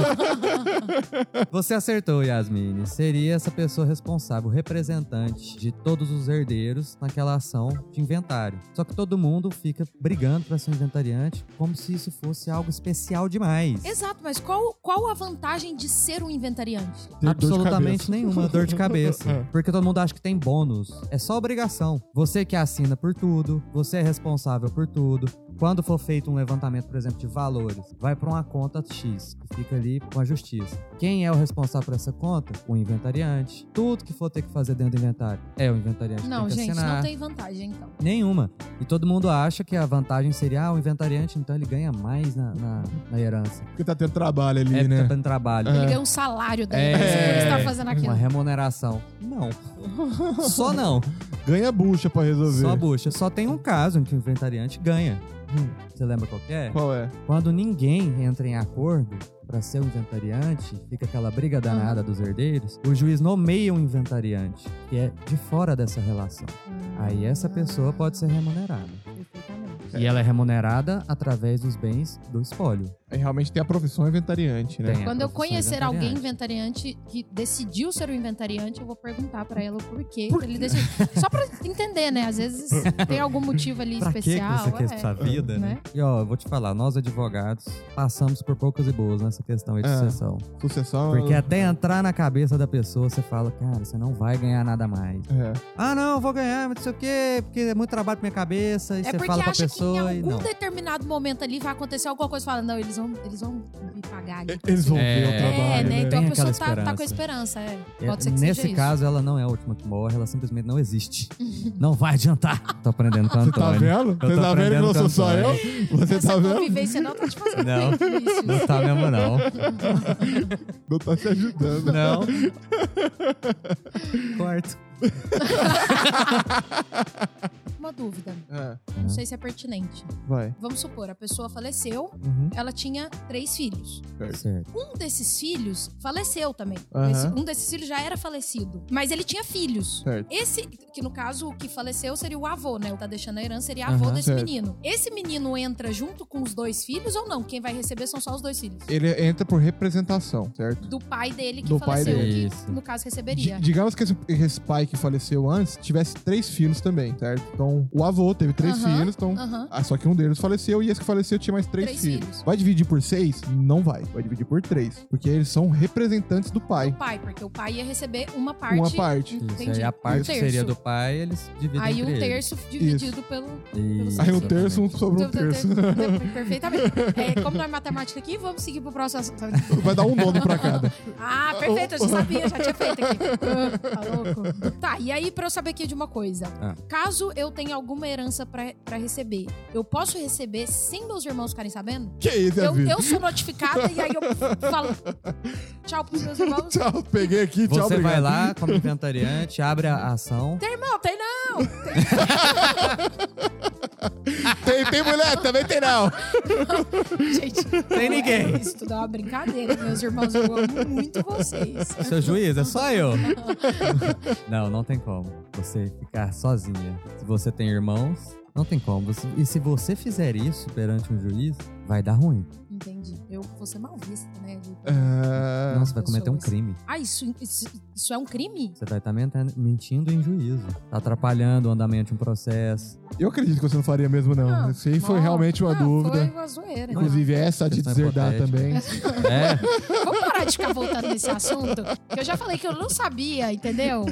D: Você acertou, Yasmine. Seria essa pessoa responsável, representante de todos os herdeiros naquela ação de inventário. Só que todo mundo fica brigando pra ser um inventariante como se isso fosse algo especial demais.
E: (laughs) Exato, mas qual, qual a vantagem de ser um inventariante?
B: Tem dor de
D: Absolutamente
B: cabeça.
D: nenhuma dor de
B: (laughs) É.
D: cabeça. Porque todo mundo acha que tem bônus. É só obrigação. Você que assina por tudo, você é responsável por tudo. Quando for feito um levantamento, por exemplo, de valores, vai para uma conta X, que fica ali com a justiça. Quem é o responsável por essa conta? O inventariante. Tudo que for ter que fazer dentro do inventário é o inventariante. que
E: Não,
D: tem que
E: gente,
D: assinar.
E: não tem vantagem, então.
D: Nenhuma. E todo mundo acha que a vantagem seria, ah, o inventariante, então ele ganha mais na, na, na herança.
B: Porque tá tendo trabalho ali,
D: É,
B: né?
D: tá tendo trabalho.
E: Ele ganha um salário da
D: É.
E: empresa, por isso tá fazendo
D: Uma
E: aquilo.
D: remuneração.
E: (laughs)
D: Não. Só não.
B: Ganha bucha pra resolver.
D: Só bucha. Só tem um caso em que o inventariante ganha.
B: Hum.
D: Você lembra qual que é?
B: Qual é?
D: Quando ninguém entra em acordo pra ser o inventariante, fica aquela briga
E: Ah.
D: danada dos herdeiros, o juiz nomeia um inventariante, que é de fora dessa relação.
E: Ah.
D: Aí essa pessoa pode ser remunerada. E ela é remunerada através dos bens do espólio.
B: Aí realmente tem a profissão inventariante, né?
D: Tem a
E: Quando eu
D: profissão
E: conhecer alguém
D: inventariante.
E: inventariante que decidiu ser um inventariante, eu vou perguntar pra ela o porquê que ele decidiu. Só pra entender, né? Às vezes
D: (laughs)
E: tem algum motivo ali
D: Pra que que
E: especial.
D: você quer
E: é.
D: essa vida, né?
E: Né?
D: E ó, eu vou te falar, nós advogados passamos por poucas e boas nessa questão aí de
B: É. Ah.
D: sucessão.
B: Sucessão.
D: Porque até entrar na cabeça da pessoa, você fala, cara, você não vai ganhar nada mais.
B: É.
D: Ah, não, eu vou ganhar, mas não sei o quê, porque é muito trabalho pra minha cabeça. E
E: É
D: você
E: porque
D: fala pra
E: acha
D: pessoa
E: que em
D: e
E: algum
D: não.
E: determinado momento ali vai acontecer alguma coisa. Fala, não, eles vão, eles vão me pagar ali.
B: Eles vão
D: É.
B: ver o trabalho.
E: É, né? Então
D: Tem
E: a pessoa
D: aquela
E: tá, tá com a esperança, é. Pode ser que
D: Nesse
E: seja
D: caso, ela não é a última que morre, ela simplesmente não
E: (laughs)
D: existe. não vai adiantar. Tô aprendendo com o
B: Você tá
D: Antônio. tô
B: vendo? Você tá vendo que
D: aprendendo
B: não sou
D: com
B: só eu?
D: Antônio.
B: Você
E: isso.
B: tá
E: Essa
B: vendo?
E: convivência não tá te fazendo
D: Não.
E: bem, Vinícius.
D: Não tá mesmo, não.
B: Não tá se ajudando.
D: Não. Corto.
E: Uma dúvida.
B: É.
E: Não sei se é pertinente.
B: Vai.
E: Vamos supor, a pessoa faleceu,
B: Uhum.
E: ela tinha três filhos.
D: Certo.
E: Um desses filhos faleceu também.
B: Aham.
E: Esse- um desses filhos já era falecido. Mas ele tinha filhos.
B: Certo.
E: Esse, que no caso, o que faleceu seria o avô, né? O que tá deixando a herança seria avô
D: Aham,
E: desse
B: certo.
E: menino. Esse menino entra junto com os dois filhos ou não? Quem vai receber são só os dois filhos.
B: Ele entra por representação, certo?
E: Do pai dele que
B: Do pai
E: faleceu,
D: dele.
E: que
D: Isso.
E: no caso
B: Di-
E: receberia.
B: digamos que esse, esse pai que faleceu antes tivesse três filhos também, certo? Então, o avô teve três
E: Aham.
B: filhos, então.
E: Aham.
B: Ah, só que um deles faleceu e esse que faleceu tinha mais três,
E: Três
B: filhos.
E: filhos.
B: Vai dividir por seis? Não vai. Vai dividir por três. Porque eles são representantes do pai.
E: Do pai, porque o pai ia receber uma parte.
B: Uma parte.
D: Isso
E: Entendi.
D: aí, a parte
E: Um
D: que seria
E: terço.
D: do pai, eles dividem
E: Aí um
D: entre eles.
E: terço dividido pelo.
D: Isso,
B: Aí um terço, um
D: exatamente.
B: sobre um terço.
E: Perfeitamente. É, como não é matemática aqui, vamos seguir pro próximo assunto.
B: Vai dar um nono pra
E: (laughs)
B: cada.
E: Ah, perfeito, eu já sabia, já tinha feito
B: (laughs)
E: aqui. Ah, Tá louco. Tá, e aí pra eu saber aqui de uma coisa.
D: Ah.
E: Caso eu tenha alguma herança pra, pra receber, eu posso receber sem meus irmãos ficarem sabendo?
B: Que isso,
E: Eu,
B: Davi?
E: eu sou notificada e aí eu falo tchau pros meus irmãos.
B: Tchau, peguei aqui, tchau,
D: Você vai
B: obrigado.
D: lá como inventariante, abre a ação.
E: Irmão, tem não.
B: (laughs) Tem, tem mulher, também tem não.
E: Gente,
D: Tem ninguém.
E: é Isso tudo é uma brincadeira, meus irmãos. Eu amo muito vocês.
D: Seu juiz, é só
E: (laughs)
D: eu. não, não tem como você ficar sozinha. Se você tem irmãos, não tem como. Você- E se você fizer isso perante um juiz, vai dar ruim.
E: Entendi. Eu vou ser mal vista, né? de-
B: É,
D: Não, você vai cometer um
E: pessoas.
D: crime.
E: Ah, isso, isso, isso é um crime?
D: Você vai estar menten- mentindo em juízo. Tá atrapalhando o andamento de um
E: (laughs)
D: processo.
B: eu acredito que você não faria mesmo, não.
E: Não,
B: Isso aí foi
E: não,
B: realmente uma
E: não,
B: dúvida.
E: Foi uma zoeira. então.
B: Inclusive, essa de
D: Questão
B: deserdar
D: hipotética.
B: também.
D: É,
E: Vamos parar de ficar voltando nesse assunto? Que eu já falei que eu não sabia, entendeu?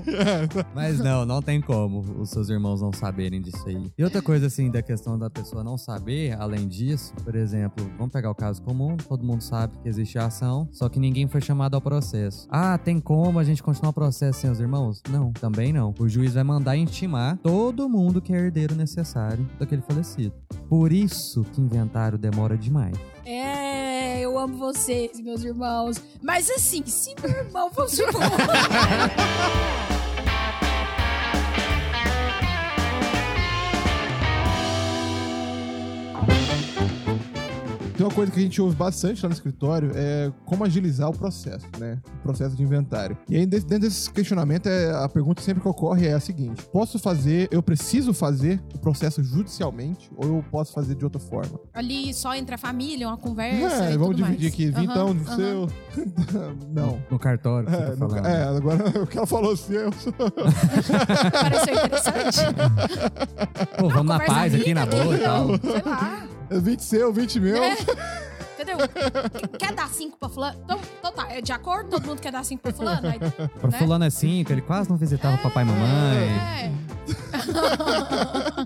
D: Mas não, não tem como os seus irmãos não saberem disso aí. E outra coisa, assim, da questão da pessoa não saber, além disso, por exemplo, vamos pegar o caso comum, todo mundo sabe que existe a ação, só que ninguém foi chamado ao processo. Ah, tem como a gente continuar o processo sem os irmãos? Não, também não. O juiz vai mandar intimar todo mundo que é herdeiro necessário daquele falecido. Por isso que inventário demora demais.
E: É, eu amo vocês, meus irmãos. Mas assim, se meu irmão fosse um bom.
B: Tem uma coisa que a gente ouve bastante lá no escritório, é como agilizar o processo, né? O processo de inventário. E aí, dentro dentro desse questionamento, é, a pergunta sempre que ocorre é a seguinte. Posso fazer, eu preciso fazer o processo judicialmente ou eu posso fazer de outra forma?
E: Ali só entre a família, uma conversa.
B: é,
E: e
B: vamos
E: tudo
B: dividir aqui.
E: mais. Aham,
B: Vintão de
E: aham.
B: seu... (laughs) Não.
D: No cartório, que você
B: É,
D: tá
B: nunca-
D: falando.
B: é, agora (laughs) o que ela falou seu...
E: Pareceu
D: (laughs)
E: interessante.
D: Pô, vamos na
E: Conversa né,
D: paz aqui
E: rica,
D: na boa e
E: entendeu?
D: tal.
E: Sei lá.
B: 20 É seu, 20 meu.
E: É. Entendeu? Qu- Quer dar cinco pra fulano? Então, então tá, é de acordo, todo mundo quer dar cinco pra fulano? Aí,
D: Pra
E: né?
D: fulano é cinco, ele quase não visitava papai e mamãe.
E: É.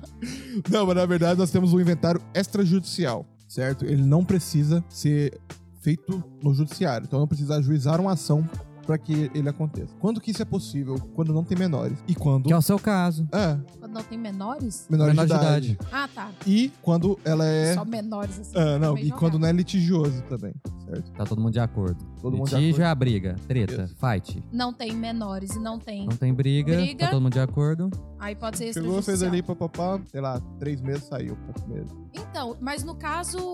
E: (laughs)
B: Não, mas na verdade nós temos um inventário extrajudicial, certo? Ele não precisa ser feito no judiciário. Então não precisa ajuizar uma ação pra que ele aconteça. Quando que isso é possível? Quando não tem menores. E quando.
D: Que é o seu caso.
B: É,
E: Quando não tem menores?
B: menores
D: menor
B: de idade.
E: Ah, tá.
B: E quando ela é.
E: Só menores assim.
B: Ah, não,
E: também
B: e quando
E: dá.
B: não é litigioso também, certo?
D: Tá todo mundo de acordo.
B: Todo mundo de
D: Litígio
B: acordo.
D: é a briga, treta,
B: Isso.
D: fight.
E: Não tem menores e não tem.
D: Não tem briga,
E: Briga.
D: tá todo mundo de acordo.
E: Aí pode ser
B: Pegou, fez
E: extrajudicial.
B: ali, papapá, sei lá, três meses saiu, quatro meses.
E: Então, mas no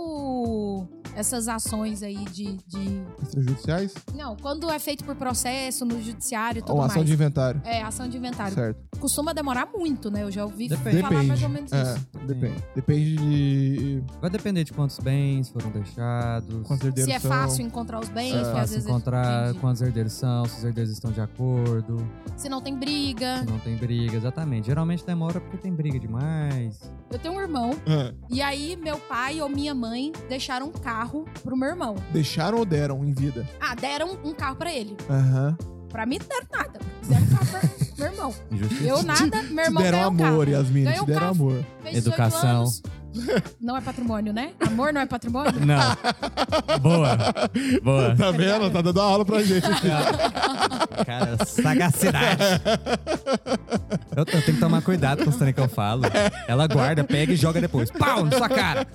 E: caso, essas ações aí de. de-
B: Extrajudiciais?
E: Não, quando é feito por processo, no judiciário e tudo
B: Ou
E: mais.
B: ação de inventário.
E: É, ação de inventário.
B: Certo.
E: Costuma demorar muito, né? Eu já ouvi
D: Depende.
E: falar mais ou menos isso.
B: É, depende. Depende de
D: Vai depender de quantos bens foram deixados.
B: quantos herdeiros
E: Se é
B: são.
E: fácil encontrar os bens,
D: É
E: porque às
D: fácil
E: vezes.
D: encontrar
E: Entendi.
D: quantos herdeiros são, se os herdeiros estão de acordo,
E: Se não tem briga.
D: se não tem briga, exatamente. Geralmente demora porque tem briga demais.
E: Eu tenho um irmão,
B: Ah,
E: e aí meu pai ou minha mãe deixaram um carro pro meu irmão.
B: Deixaram ou deram em vida?
E: Ah, deram um carro pra ele.
B: Aham.
E: Pra mim, não deram nada. Deram um carro pra meu
B: (laughs)
E: irmão.
D: Injustiça.
E: Eu nada, meu
B: Te
E: irmão
B: deram
E: ganhou um
B: amor,
E: carro.
B: Yasmin.
E: Ganhou
B: Te
E: um
B: deram
E: carro.
B: amor.
E: Fez 18
D: Educação.
E: anos. Não é patrimônio, né? Amor não é patrimônio?
D: (laughs) Não.
B: (laughs)
D: Boa. Boa.
B: Tá vendo? Tá dando aula pra
E: (laughs)
B: gente.
D: (laughs) Cara, sagacidade. Eu, t- eu tenho que tomar cuidado com os trem que eu falo. Ela guarda, pega e joga depois. Pau, na sua cara.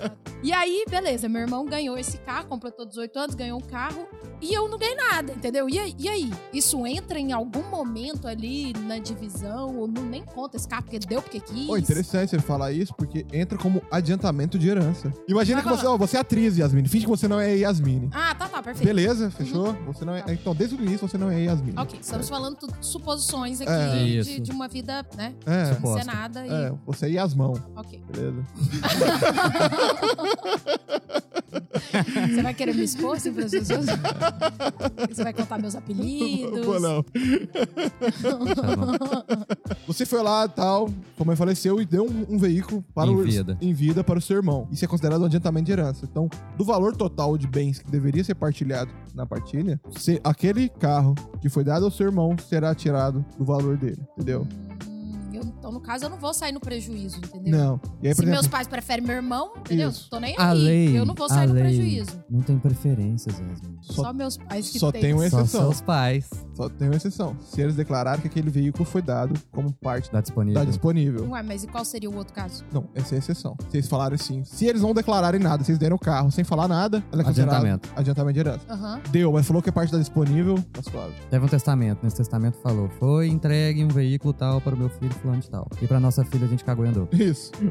E: E aí, beleza, meu irmão ganhou esse carro, completou 18 anos, ganhou um carro e eu não ganhei nada, entendeu? E, aí- e aí? Isso entra em algum momento ali na divisão ou não, nem conta esse carro porque deu porque quis?
B: Pô, interessante você falar isso, porque entra como adiantamento de herança. Imagina que você, ó, você é atriz, Yasmin. Finge que você não é Yasmin.
E: Ah, tá, tá, perfeito.
B: Beleza, fechou? Você não é. Então, desde o início você não é Yasmin.
E: Uhum. Ok, um estamos falando tudo, suposições aqui
B: É.
E: de,
D: Isso.
E: de uma vida, né?
B: É.
D: Suposta.
E: Senada e.
B: É, você é Yasmão,
E: Ok.
B: beleza?
E: Você vai querer me expor assim
B: (laughs)
E: pras pessoas? Você vai contar meus apelidos?
B: Pô, não.
D: Tá bom.
B: Você foi lá tal, sua mãe faleceu e deu um, um veículo para
D: Em
B: o,
D: vida.
B: em vida para o seu irmão. Isso é considerado um adiantamento de herança. Então, do valor total de bens que deveria ser partilhado na partilha, se- aquele carro que foi dado ao seu irmão será tirado do valor dele, entendeu?
E: Hum, eu- então, no caso, eu não vou sair no prejuízo, entendeu?
B: Não. E aí,
E: Se
B: por exemplo,
E: meus pais preferem meu irmão, entendeu?
B: Isso.
E: Tô nem
D: A
E: aí.
D: lei,
E: eu não vou
D: a
E: sair no
D: lei.
E: prejuízo.
D: Não tem preferências, Yasmin.
E: Só,
B: Só-
E: meus pais que
B: só
E: têm.
B: tem um
D: Só
B: Exceção.
D: seus pais.
B: só tem uma exceção. Se eles declararem que aquele veículo foi dado como parte
D: Dá Tá disponível.
B: da disponível.
E: Ué, mas e qual seria o outro caso?
B: Não, essa é a exceção. Se eles falarem sim. Se eles não declararem nada, se eles deram o carro sem falar nada, ela é considerada
D: Adiantamento.
B: adiantamento de herança. (laughs)
E: Aham.
B: Deu, mas falou que é parte da disponível, tá suave.
D: Teve um testamento. Nesse testamento falou: foi entregue um veículo tal para o meu filho, fulano de tal. E para nossa filha a gente cagou e andou.
B: Isso. (laughs)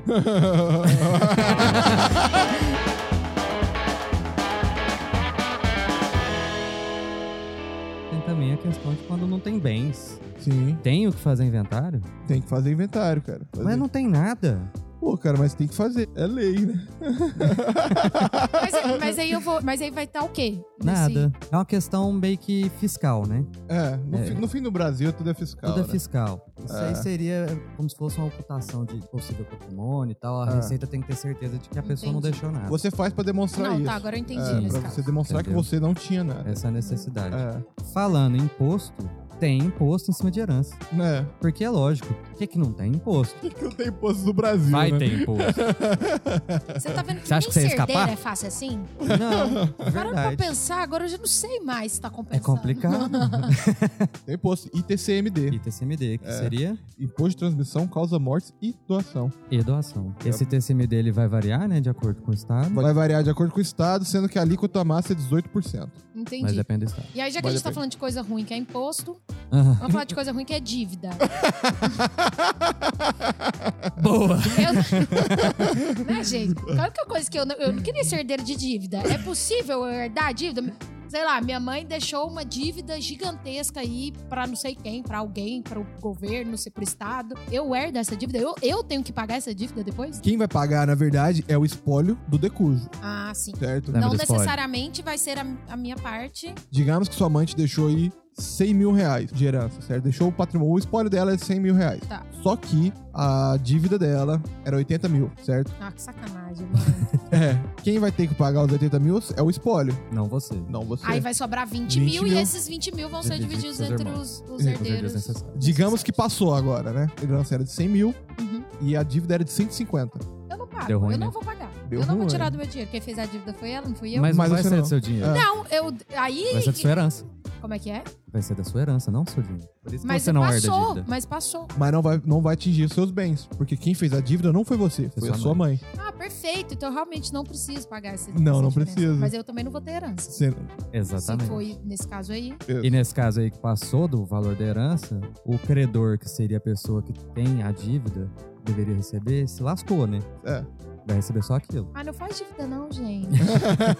D: Tem também a questão de quando não tem bens.
B: Sim,
D: Tem o que fazer inventário?
B: tem que fazer inventário, cara. Fazer-
D: Mas não tem nada.
B: Pô, cara, mas tem que fazer. É lei, né?
E: Mas, mas aí eu vou. Mas aí vai estar o quê? Nesse-
D: Nada. É uma questão meio que fiscal, né?
B: É, no,
D: É.
B: Fim, no fim do Brasil tudo é fiscal.
D: Tudo é
B: né?
D: fiscal. Isso
B: É.
D: aí seria como se fosse uma ocultação de possível patrimônio e tal. A
B: É.
D: Receita tem que ter certeza de que a pessoa não
E: Entendi.
D: deixou nada.
B: Você faz pra demonstrar
E: Não,
B: isso.
E: tá, agora eu entendi
B: É,
E: nesse
B: pra
E: caso.
B: você demonstrar
D: Entendeu?
B: que você não tinha nada.
D: Essa necessidade.
B: É.
D: Falando em imposto, tem imposto em cima de herança.
B: Né?
D: Porque é lógico. O que, que não tem
E: (laughs)
D: imposto?
B: Por que eu tenho imposto do Brasil? né?
D: ter imposto.
E: Você
D: (laughs)
E: tá vendo que
D: Você acha
E: nem
D: que você ia
E: ser herdeiro
D: escapar?
E: é fácil assim?
D: (laughs)
B: É
D: Não, é
E: Parando pra
D: verdade.
E: pensar, agora eu já não sei mais se tá
D: É
E: compensando.
D: complicado.
B: (laughs) Tem imposto. ITCMD.
D: E TCMD, que
B: É.
D: seria
B: Imposto de transmissão, causa mortes e doação.
D: e doação.
B: É.
D: Esse TCMD ele vai variar, né, de acordo com o estado.
B: Vai variar de acordo com o estado, sendo que a alíquota massa é 18%.
E: (laughs) Entendi.
D: (laughs) Mas depende do estado.
E: E aí, já que
B: Mas
E: a gente tá
B: depende.
E: falando de coisa ruim que é imposto,
D: Aham.
E: Vamos falar de coisa ruim que é dívida.
D: (laughs) Boa.
E: Eu- (laughs) né, gente? A única coisa que eu não, eu não queria ser herdeiro de dívida. É possível eu herdar a dívida? Sei lá, minha mãe deixou uma dívida gigantesca aí pra não sei quem, pra alguém, para o governo, não sei, pro Estado. Eu herdo essa dívida? Eu, eu tenho que pagar essa dívida depois?
B: Quem vai pagar, na verdade, é o espólio do decujo,
E: Ah, sim.
B: certo?
D: Lembra
E: Não
D: do spoiler?
E: necessariamente vai ser a, a minha parte.
B: Digamos que sua mãe te deixou aí 100 mil reais de herança, certo? Deixou o patrimônio, o espólio dela é 100 mil reais.
E: Tá.
B: Só que a dívida dela era 80 mil, certo?
E: Ah, que sacanagem, mano.
B: É. Quem vai ter que pagar os 80 mil é o espólio,
D: Não você.
B: não você.
E: Aí vai sobrar 20,
B: 20
E: mil, e
B: mil.
E: esses 20 mil vão ser
D: Dividido
E: divididos
D: com os
E: entre
D: irmãos.
E: os, os
D: Com é os herdeiros
E: herdeiros.
D: necessários.
B: Digamos que passou agora, né? A herança era de 100 mil
E: Uhum.
B: e a dívida era de 150.
E: Eu não pago,
D: Deu ruim,
E: eu não
D: né?
E: vou pagar.
B: Deu
E: eu não vou
B: ruim.
E: tirar do meu dinheiro. Quem fez a dívida foi ela, não fui eu?
D: Mas, não
B: Mas
D: vai
B: você
D: ser
B: não. É.
D: do seu dinheiro.
E: Não, eu. Aí.
D: Vai ser da sua herança.
E: Como é que é?
D: Vai ser da sua herança, não do seu dinheiro. Por isso que
E: Mas
D: você não herda
E: passou,
D: dívida.
E: mas passou.
B: Mas não vai, não vai atingir os seus bens, porque quem fez a dívida não foi você, foi a sua mãe.
E: Ah, perfeito. Então eu realmente não preciso pagar esse.
B: Não,
E: essa
B: não
E: diferença.
B: precisa.
E: Mas eu também não vou ter herança.
B: Você-
D: Exatamente.
E: Se foi nesse caso aí.
D: E nesse caso aí que passou do valor da herança, o credor, que seria a pessoa que tem a dívida, deveria receber, se lascou, né?
B: É.
D: Vai receber só
E: (laughs)
D: aquilo.
E: Ah, não faz dívida, não,
B: (laughs)
E: gente.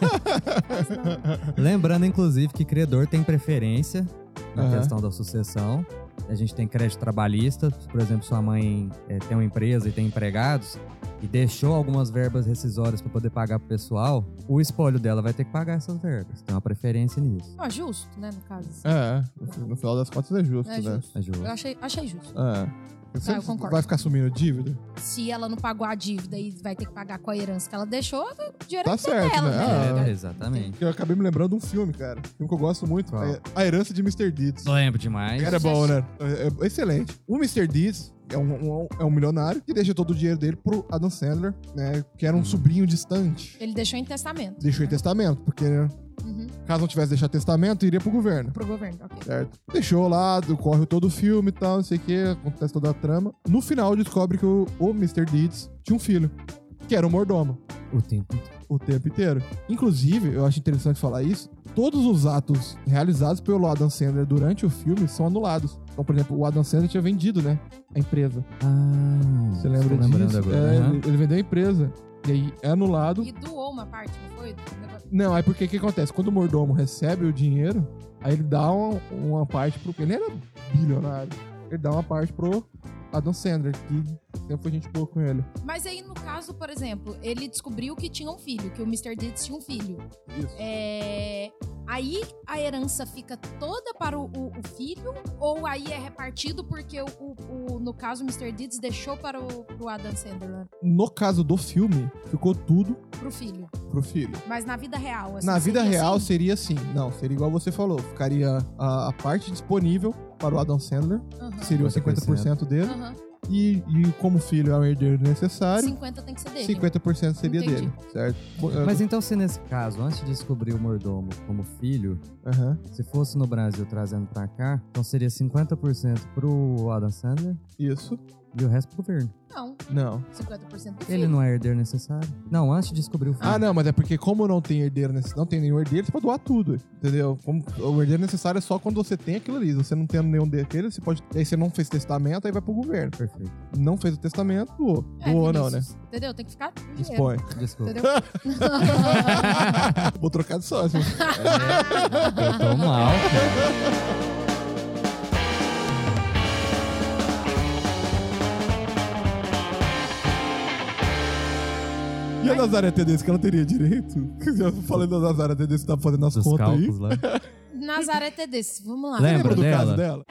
E: Não faz, não.
D: Lembrando, inclusive, que credor tem preferência na
B: Aham.
D: questão da sucessão. A gente tem crédito trabalhista, por exemplo, sua mãe eh, tem uma empresa e tem empregados e deixou algumas verbas rescisórias para poder pagar pro pessoal, o espólio dela vai ter que pagar essas verbas. Tem uma preferência nisso.
E: Ó, justo, né, no caso.
B: (laughs) É, no final das contas é justo,
E: É
B: né?
E: justo.
D: É justo.
E: Eu achei, achei justo.
B: É. Você
E: eu concordo.
B: vai ficar assumindo dívida?
E: Se ela não pagou a dívida e vai ter que pagar com a herança que ela deixou, o dinheiro
B: Tá
E: é
B: certo,
E: dela,
B: né?
E: né?
B: Ah,
D: É, exatamente.
B: Eu acabei me lembrando de um filme, cara. Um filme que eu gosto muito.
D: Qual?
B: É A Herança de Mr. Deeds.
D: Lembro demais.
B: Cara, é bom, né? É- é excelente. O Mr. Deeds é um, um- é um milionário que deixa todo o dinheiro dele pro Adam Sandler, né? Que era um
D: Hum.
B: sobrinho distante.
E: Ele deixou em testamento.
B: Deixou em testamento, porque né,
E: Uhum.
B: caso não tivesse deixado testamento, iria pro governo.
E: Pro governo, ok.
B: Certo? Deixou lá, corre todo o filme e tal, não sei o que, acontece toda a trama. No final, descobre que o, o Mr. Deeds tinha um filho, que era um mordomo,
D: O tempo.
B: o tempo inteiro. Inclusive, eu acho interessante falar isso, todos os atos realizados pelo Adam Sandler durante o filme são anulados. Então, por exemplo, o Adam Sandler tinha vendido, né, a empresa.
D: Ah,
B: Você lembra
D: tô lembrando
B: disso?
D: agora.
B: É,
D: Aham.
B: ele, ele vendeu a empresa. E aí é anulado.
E: E doou uma parte, não foi? Do negócio.
B: Não, aí porque o que acontece? Quando o mordomo recebe o dinheiro, aí ele dá uma, uma parte pro. Ele era bilionário. Ele dá uma parte pro Adam Sandler, que sempre foi gente boa com ele.
E: Mas aí, no caso, por exemplo, ele descobriu que tinha um filho, que o Mr. Deeds tinha um filho.
B: Isso.
E: É, Aí a herança fica toda para o, o- o filho? Ou aí é repartido porque, o, o- o- no caso, o Mr. Deeds deixou para o pro Adam Sandler, né?
B: No caso do filme, ficou tudo
E: pro filho?
B: pro filho.
E: Mas na vida real, assim,
B: Na vida
E: seria
B: real
E: assim?
B: seria assim. Não, seria igual você falou. Ficaria a, a parte disponível para o Adam Sandler,
E: Aham,
B: que seria os 50%
D: 50%
B: dele.
E: aham.
B: E, e como o filho é o herdeiro necessário,
E: 50 tem que ser dele.
B: 50% seria
E: Entendi.
B: dele, certo?
D: Mas então, se nesse caso, antes de descobrir o mordomo como filho,
B: ah, Aham,
D: se fosse no Brasil trazendo pra cá, então seria 50% pro Adam Sandler
B: Isso.
D: e o resto pro governo.
E: Não,
B: Não.
E: 50% do filho.
D: Ele não é herdeiro necessário. Não, antes de descobrir o filho.
B: Ah, não, mas é porque como não tem herdeiro, nesse- não tem nenhum herdeiro, você pode doar tudo, entendeu? Como o herdeiro necessário é só quando você tem aquilo ali. Se Você não tendo nenhum daqueles, você pode. Aí você não fez testamento, aí vai pro governo.
D: Perfeito.
B: Não fez o testamento, doou.
E: É,
B: doou não, né?
E: Vinícius, Entendeu? Tem que ficar. dinheiro,
B: Dispõe.
D: Desculpa.
E: Entendeu?
B: (laughs)
E: (laughs)
B: Vou trocar de sócio.
D: Eu tô mal,
B: (laughs)
D: cara.
B: E a Nazaré Tedesco, ela teria direito? (laughs) Já falei da Nazaré Tedesco, tá fazendo as
D: Dos
B: contas aí.
D: cálculos lá.
E: Nazaré Tedesco, vamos lá.
D: Lembra?
B: Lembra do
D: dela?
B: caso dela?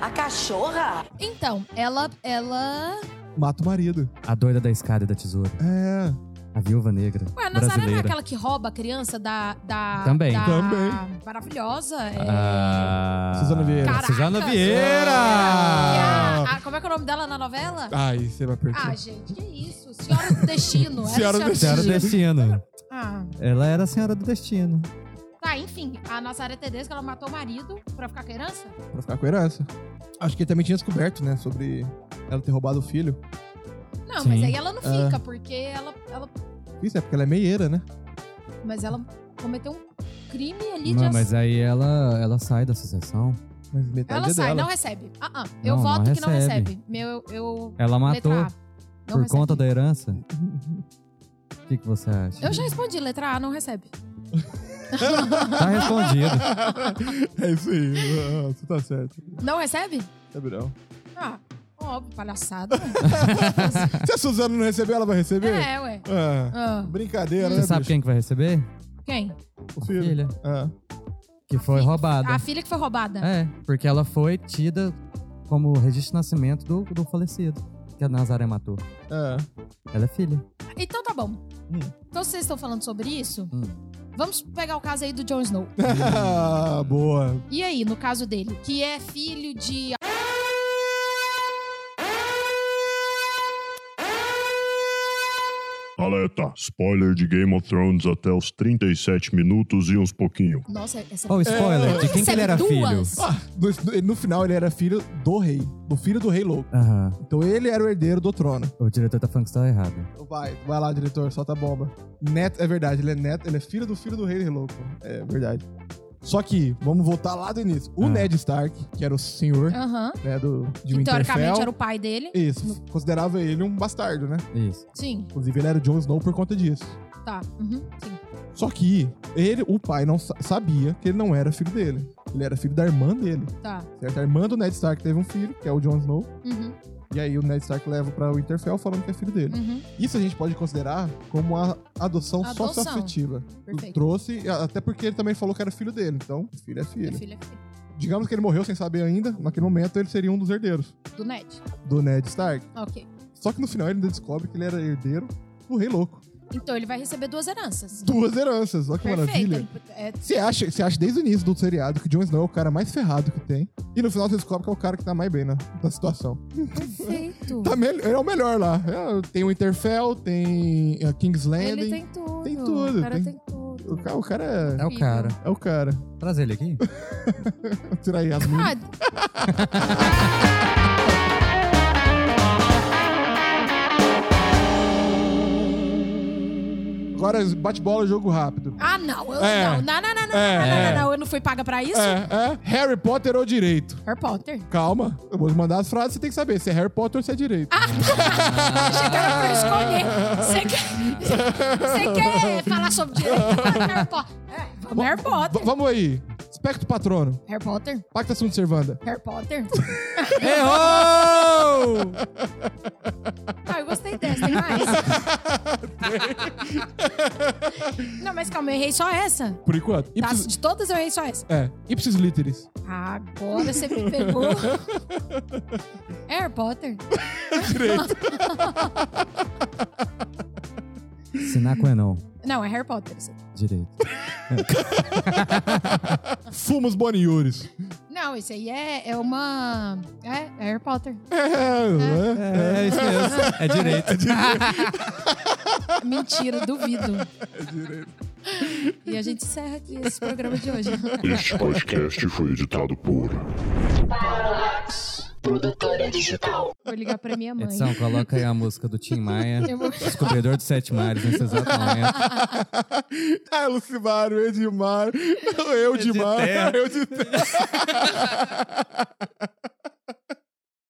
C: A cachorra?
E: Então, ela, ela
B: Mata o marido.
D: A doida da escada e da tesoura.
B: É.
D: A viúva negra.
E: Ué, a Nazaré não é
D: brasileira.
E: aquela que rouba a criança da. da
D: Também.
E: da
B: Também.
E: Maravilhosa. é,
D: Ah,
B: Suzana Vieira.
E: Caraca.
D: Suzana
E: que
D: Vieira!
E: a- a- como é que é o nome dela na novela?
B: Ai, você vai perder.
E: Ah, gente, que isso? Senhora do Destino. Era
B: Senhora do
D: Senhora do Destino.
E: Ah,
D: Ela era a senhora do destino.
E: tá, enfim, a Nazaré Tedesco, ela matou o marido pra ficar com a herança?
B: Pra ficar com a herança. Acho que ele também tinha descoberto, né? Sobre ela ter roubado o filho.
E: Não,
D: Sim.
E: mas aí ela não
B: Ah.
E: fica, porque ela, ela.
B: Isso é porque ela é meieira, né?
E: Mas ela cometeu um crime ali de
D: Não,
E: ass-
D: mas aí ela, ela sai da sucessão.
B: Mas metade
E: Ela
B: é
E: sai,
B: dela.
E: não recebe. Ah, ah, eu
D: Não, não
E: voto que não
D: recebe.
E: recebe. Meu, eu.
D: Ela matou
E: letra A. Não
D: por
E: recebe.
D: conta da (laughs) herança? O que, que você acha?
E: Eu já respondi, letra A não recebe.
D: Tá (laughs) respondido.
B: (laughs) é isso aí. Ah, Você tá certo. É
E: Não recebe?
B: Gabriel.
E: Ah, óbvio,
D: (laughs)
E: palhaçada.
B: Se a Suzana não receber, ela vai receber?
E: é, ué.
B: Ah,
E: Ah,
B: brincadeira, né,
D: Você sabe
B: bicho?
D: quem que vai receber?
E: quem?
B: O filho.
D: Filha.
B: Ah.
D: Que foi roubada.
E: A filha que foi roubada.
D: É, porque ela foi tida como registro de nascimento do, do falecido, que a Nazaré matou.
B: É.
D: Ela é filha.
E: Então tá bom.
D: Hum.
E: Então vocês estão falando sobre isso? Vamos pegar o caso aí do Jon Snow.
B: (laughs) Ah, boa.
E: E aí, no caso dele, que é filho de.
F: Alerta! Spoiler de Game of Thrones até os 37 minutos e uns pouquinho.
E: Nossa, essa.
D: Oh, spoiler,
E: Ela
D: de quem que
E: recebe
D: ele era filho?
E: duas?
B: Ah, no, no final ele era filho do rei. Do filho do rei louco.
D: Aham,
B: Então ele era o herdeiro do trono.
D: o diretor tá falando que você tá errado.
B: Vai, vai lá, diretor, solta a bomba. Neto, é verdade, ele é neto, ele é filho do filho do rei louco. É verdade. Só que, vamos voltar lá do início. O
D: Ah.
B: Ned Stark, que era o senhor,
E: Aham.
B: né, do,
D: um
B: de
E: Que,
B: Winterfell.
E: Teoricamente era o pai dele.
B: Isso, considerava ele um bastardo, né?
D: Isso.
E: Sim,
B: Inclusive ele era o Jon Snow por conta disso.
E: tá. Uhum, sim.
B: Só que ele, o pai não sa- sabia que ele não era filho dele. Ele era filho da irmã dele,
E: Tá.
B: certo? A irmã do Ned Stark teve um filho, que é o Jon Snow.
E: Uhum,
B: E aí o Ned Stark leva pra Winterfell falando que é filho dele.
E: uhum.
B: Isso a gente pode considerar como a adoção,
E: Adoção.
B: socioafetiva.
E: Perfeito.
B: Trouxe, até porque ele também falou que era filho dele. Então, filho é filho.
E: É filho é filho.
B: Digamos que ele morreu sem saber ainda. Naquele momento, ele seria um dos herdeiros
E: Do Ned.
B: do Ned Stark.
E: Ok.
B: Só que no final, ele ainda descobre que ele era herdeiro do Rei Louco.
E: Então ele vai receber duas heranças.
B: Duas heranças. Olha que
E: Perfeito.
B: maravilha.
E: Ele- é,
B: Você acha, você acha desde o início do seriado que o Jon Snow é o cara mais ferrado que tem. E no final, você descobre que é o cara que tá mais bem na, na situação.
E: perfeito.
B: Tá mel- ele é o melhor lá. É, tem o Interfell, tem a King's
E: ele
B: Landing.
E: tem tudo.
B: tem tudo,
E: O cara
B: tem-
E: tem, tudo.
B: O ca- o cara é...
D: É o cara.
B: É o cara.
D: Traz ele (laughs) aqui.
B: Tirar aí as minas.
E: Ah,
B: Agora, bate-bola, jogo rápido.
E: ah, não. Eu,
B: É.
E: Não, não, não, não, não,
B: É,
E: não, não,
B: é.
E: não, não. Eu não fui paga pra isso?
B: É, é. Harry Potter ou direito?
E: Harry Potter.
B: Calma, eu vou mandar as frases, você tem que saber se é Harry Potter ou se é direito.
E: Achei que era pra eu escolher. Você quer, você quer falar sobre (laughs) direito? Harry Potter. É, vamos Harry Potter.
B: V- vamos aí. Espectro Patrono,
E: Harry Potter.
B: Pacta Sunt (laughs) Servanda.
E: Harry Potter.
D: Errou!
E: Ah, eu gostei dessa, tem (laughs) mais? não, mas calma, eu errei só essa.
B: Por enquanto.
E: Tá?
B: Ipsis,
E: De todas eu errei só essa.
B: é, Ipsis Literis.
E: Agora você me pegou. É Harry Potter?
D: Sinaco é não.
E: Não, é Harry Potter. sim.
D: Direito.
B: Fumos Boniures.
E: Não, isso aí é, é uma. É, é Harry Potter.
B: É, (laughs) é,
D: É, isso mesmo. É direito.
E: Mentira, duvido. E a gente encerra aqui esse programa de hoje.
F: Este podcast foi editado por
C: Produtora digital.
E: Vou ligar pra minha mãe.
D: Edição, coloca aí a música do Tim Maia.
E: (laughs) Eu vou-
D: Descobridor dos Sete Mares nesse exato momento.
B: Ah, Lucimar, o Edmar, eu de mar, eu de terra.